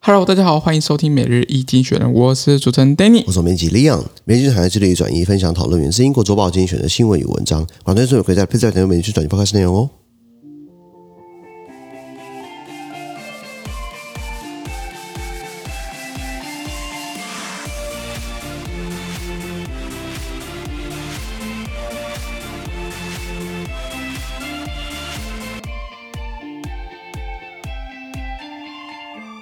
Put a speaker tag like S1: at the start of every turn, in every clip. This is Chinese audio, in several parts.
S1: Hello，大家好，欢迎收听每日一经选人，我是主持人 Danny
S2: 我。是总编辑 Leon，每日产业致力于转移、分享、讨论源自英国《周报》精选的新闻与文章。网站上也可以在 P 站点每日去转移报开始内容哦。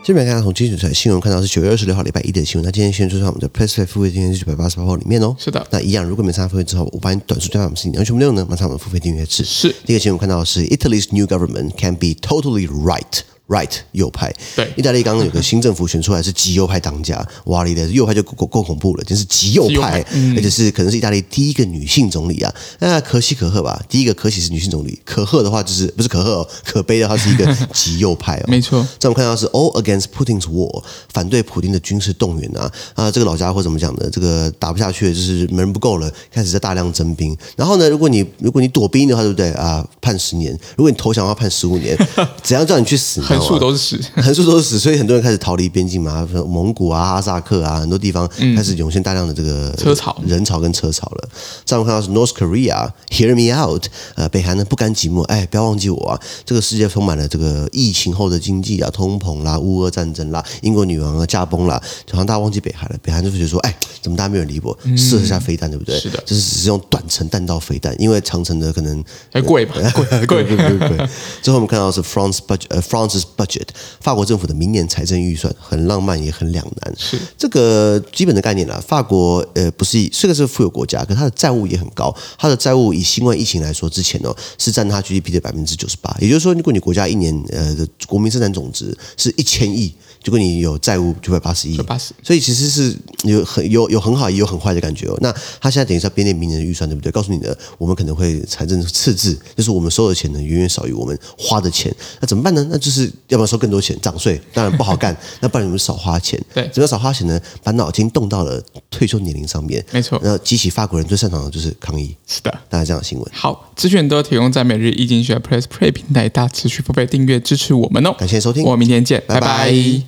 S2: 这边看到从精选台新闻看到是九月二十六号礼拜一的新闻，那今天先出上我们的 Press Play 付费订阅是九百八十八号里面哦。
S1: 是的，
S2: 那一样，如果没参加付费之后，我把你短速推到我们是你完全不用呢，马上我们付费订阅制。
S1: 是
S2: 第一个新闻看到的是 Italy's new government can be totally right。Right 右派，
S1: 对
S2: 意大利刚刚有个新政府选出来是极右派当 家，哇，你的右派就够够够恐怖了，真是极右
S1: 极右
S2: 派
S1: 派，嗯
S2: 而且是可能是意大利第一个女性总理啊，那可喜可贺吧？第一个可喜是女性总理，可贺的话就是不是可贺、哦，可悲的话是一个极右派哦，
S1: 没错，
S2: 在我们看到是 all against Putin's war，反对普丁的军事动员啊啊，这个老家伙怎么讲呢？这个打不下去，就是门不够了，开始在大量征兵。然后呢，如果你如果你躲兵的话，对不对啊？判十年，如果你投降的话，判十五年，怎样叫你去死？哦你知道
S1: 横
S2: 吗
S1: 竖都是屎。
S2: 横竖都是死，所以很多人开始逃离边境嘛，蒙古啊、哈萨克啊，很多地方开始涌现大量的这个
S1: 嗯车潮
S2: 人潮跟车潮了。上面看到是 North Korea，Hear me out，呃，北韩呢不甘寂寞，哎，不要忘记我啊！这个世界充满了这个疫情后的经济啊、通膨啦、乌俄战争啦、英国女王啊驾崩啦，好像大家忘记北韩了。北韩就会觉得说，哎，怎么大家没有人理我？试一下飞弹，对不对？
S1: 嗯是的
S2: 就是只是用短程弹道飞弹，因为长程的可能
S1: 还哎贵吧，贵
S2: 贵
S1: 贵
S2: 贵。贵 贵。最后我们看到的是 France budget，呃，France's budget，法国政府的明年财政预算很浪漫也很两难。
S1: 是
S2: 这个基本的概念啦，法国呃不是虽然是富有国家，可它的债务也很高，它的债务以新冠疫情来说，之前哦是占它 GDP 的百分之九十八，也就是说，如果你国家一年呃的国民生产总值是一千亿，结果你有债务九百八十亿，
S1: 980
S2: 所以其实是有很有有很好也有很坏的感觉哦。那他现在等于是要编列明年的预算，对不对？告诉你的，我们可能会财政赤字，就是我们收的钱呢远远少于我们花的钱，那怎么办呢？那就是要不要收更多钱，涨税，当然不好干，那不然我们少花钱，
S1: 对
S2: 怎么样少花钱呢？把脑筋动到了退休年龄上面，
S1: 没错
S2: 然后激起法国人最擅长的就是抗议，
S1: 是的。
S2: 大概这样的新闻。
S1: 好，资讯都提供在每日一经选 Press Play 平台，大家持续付费订阅支持我们哦。
S2: 感谢收听
S1: 我们明天见，
S2: 拜
S1: 拜
S2: 拜
S1: 拜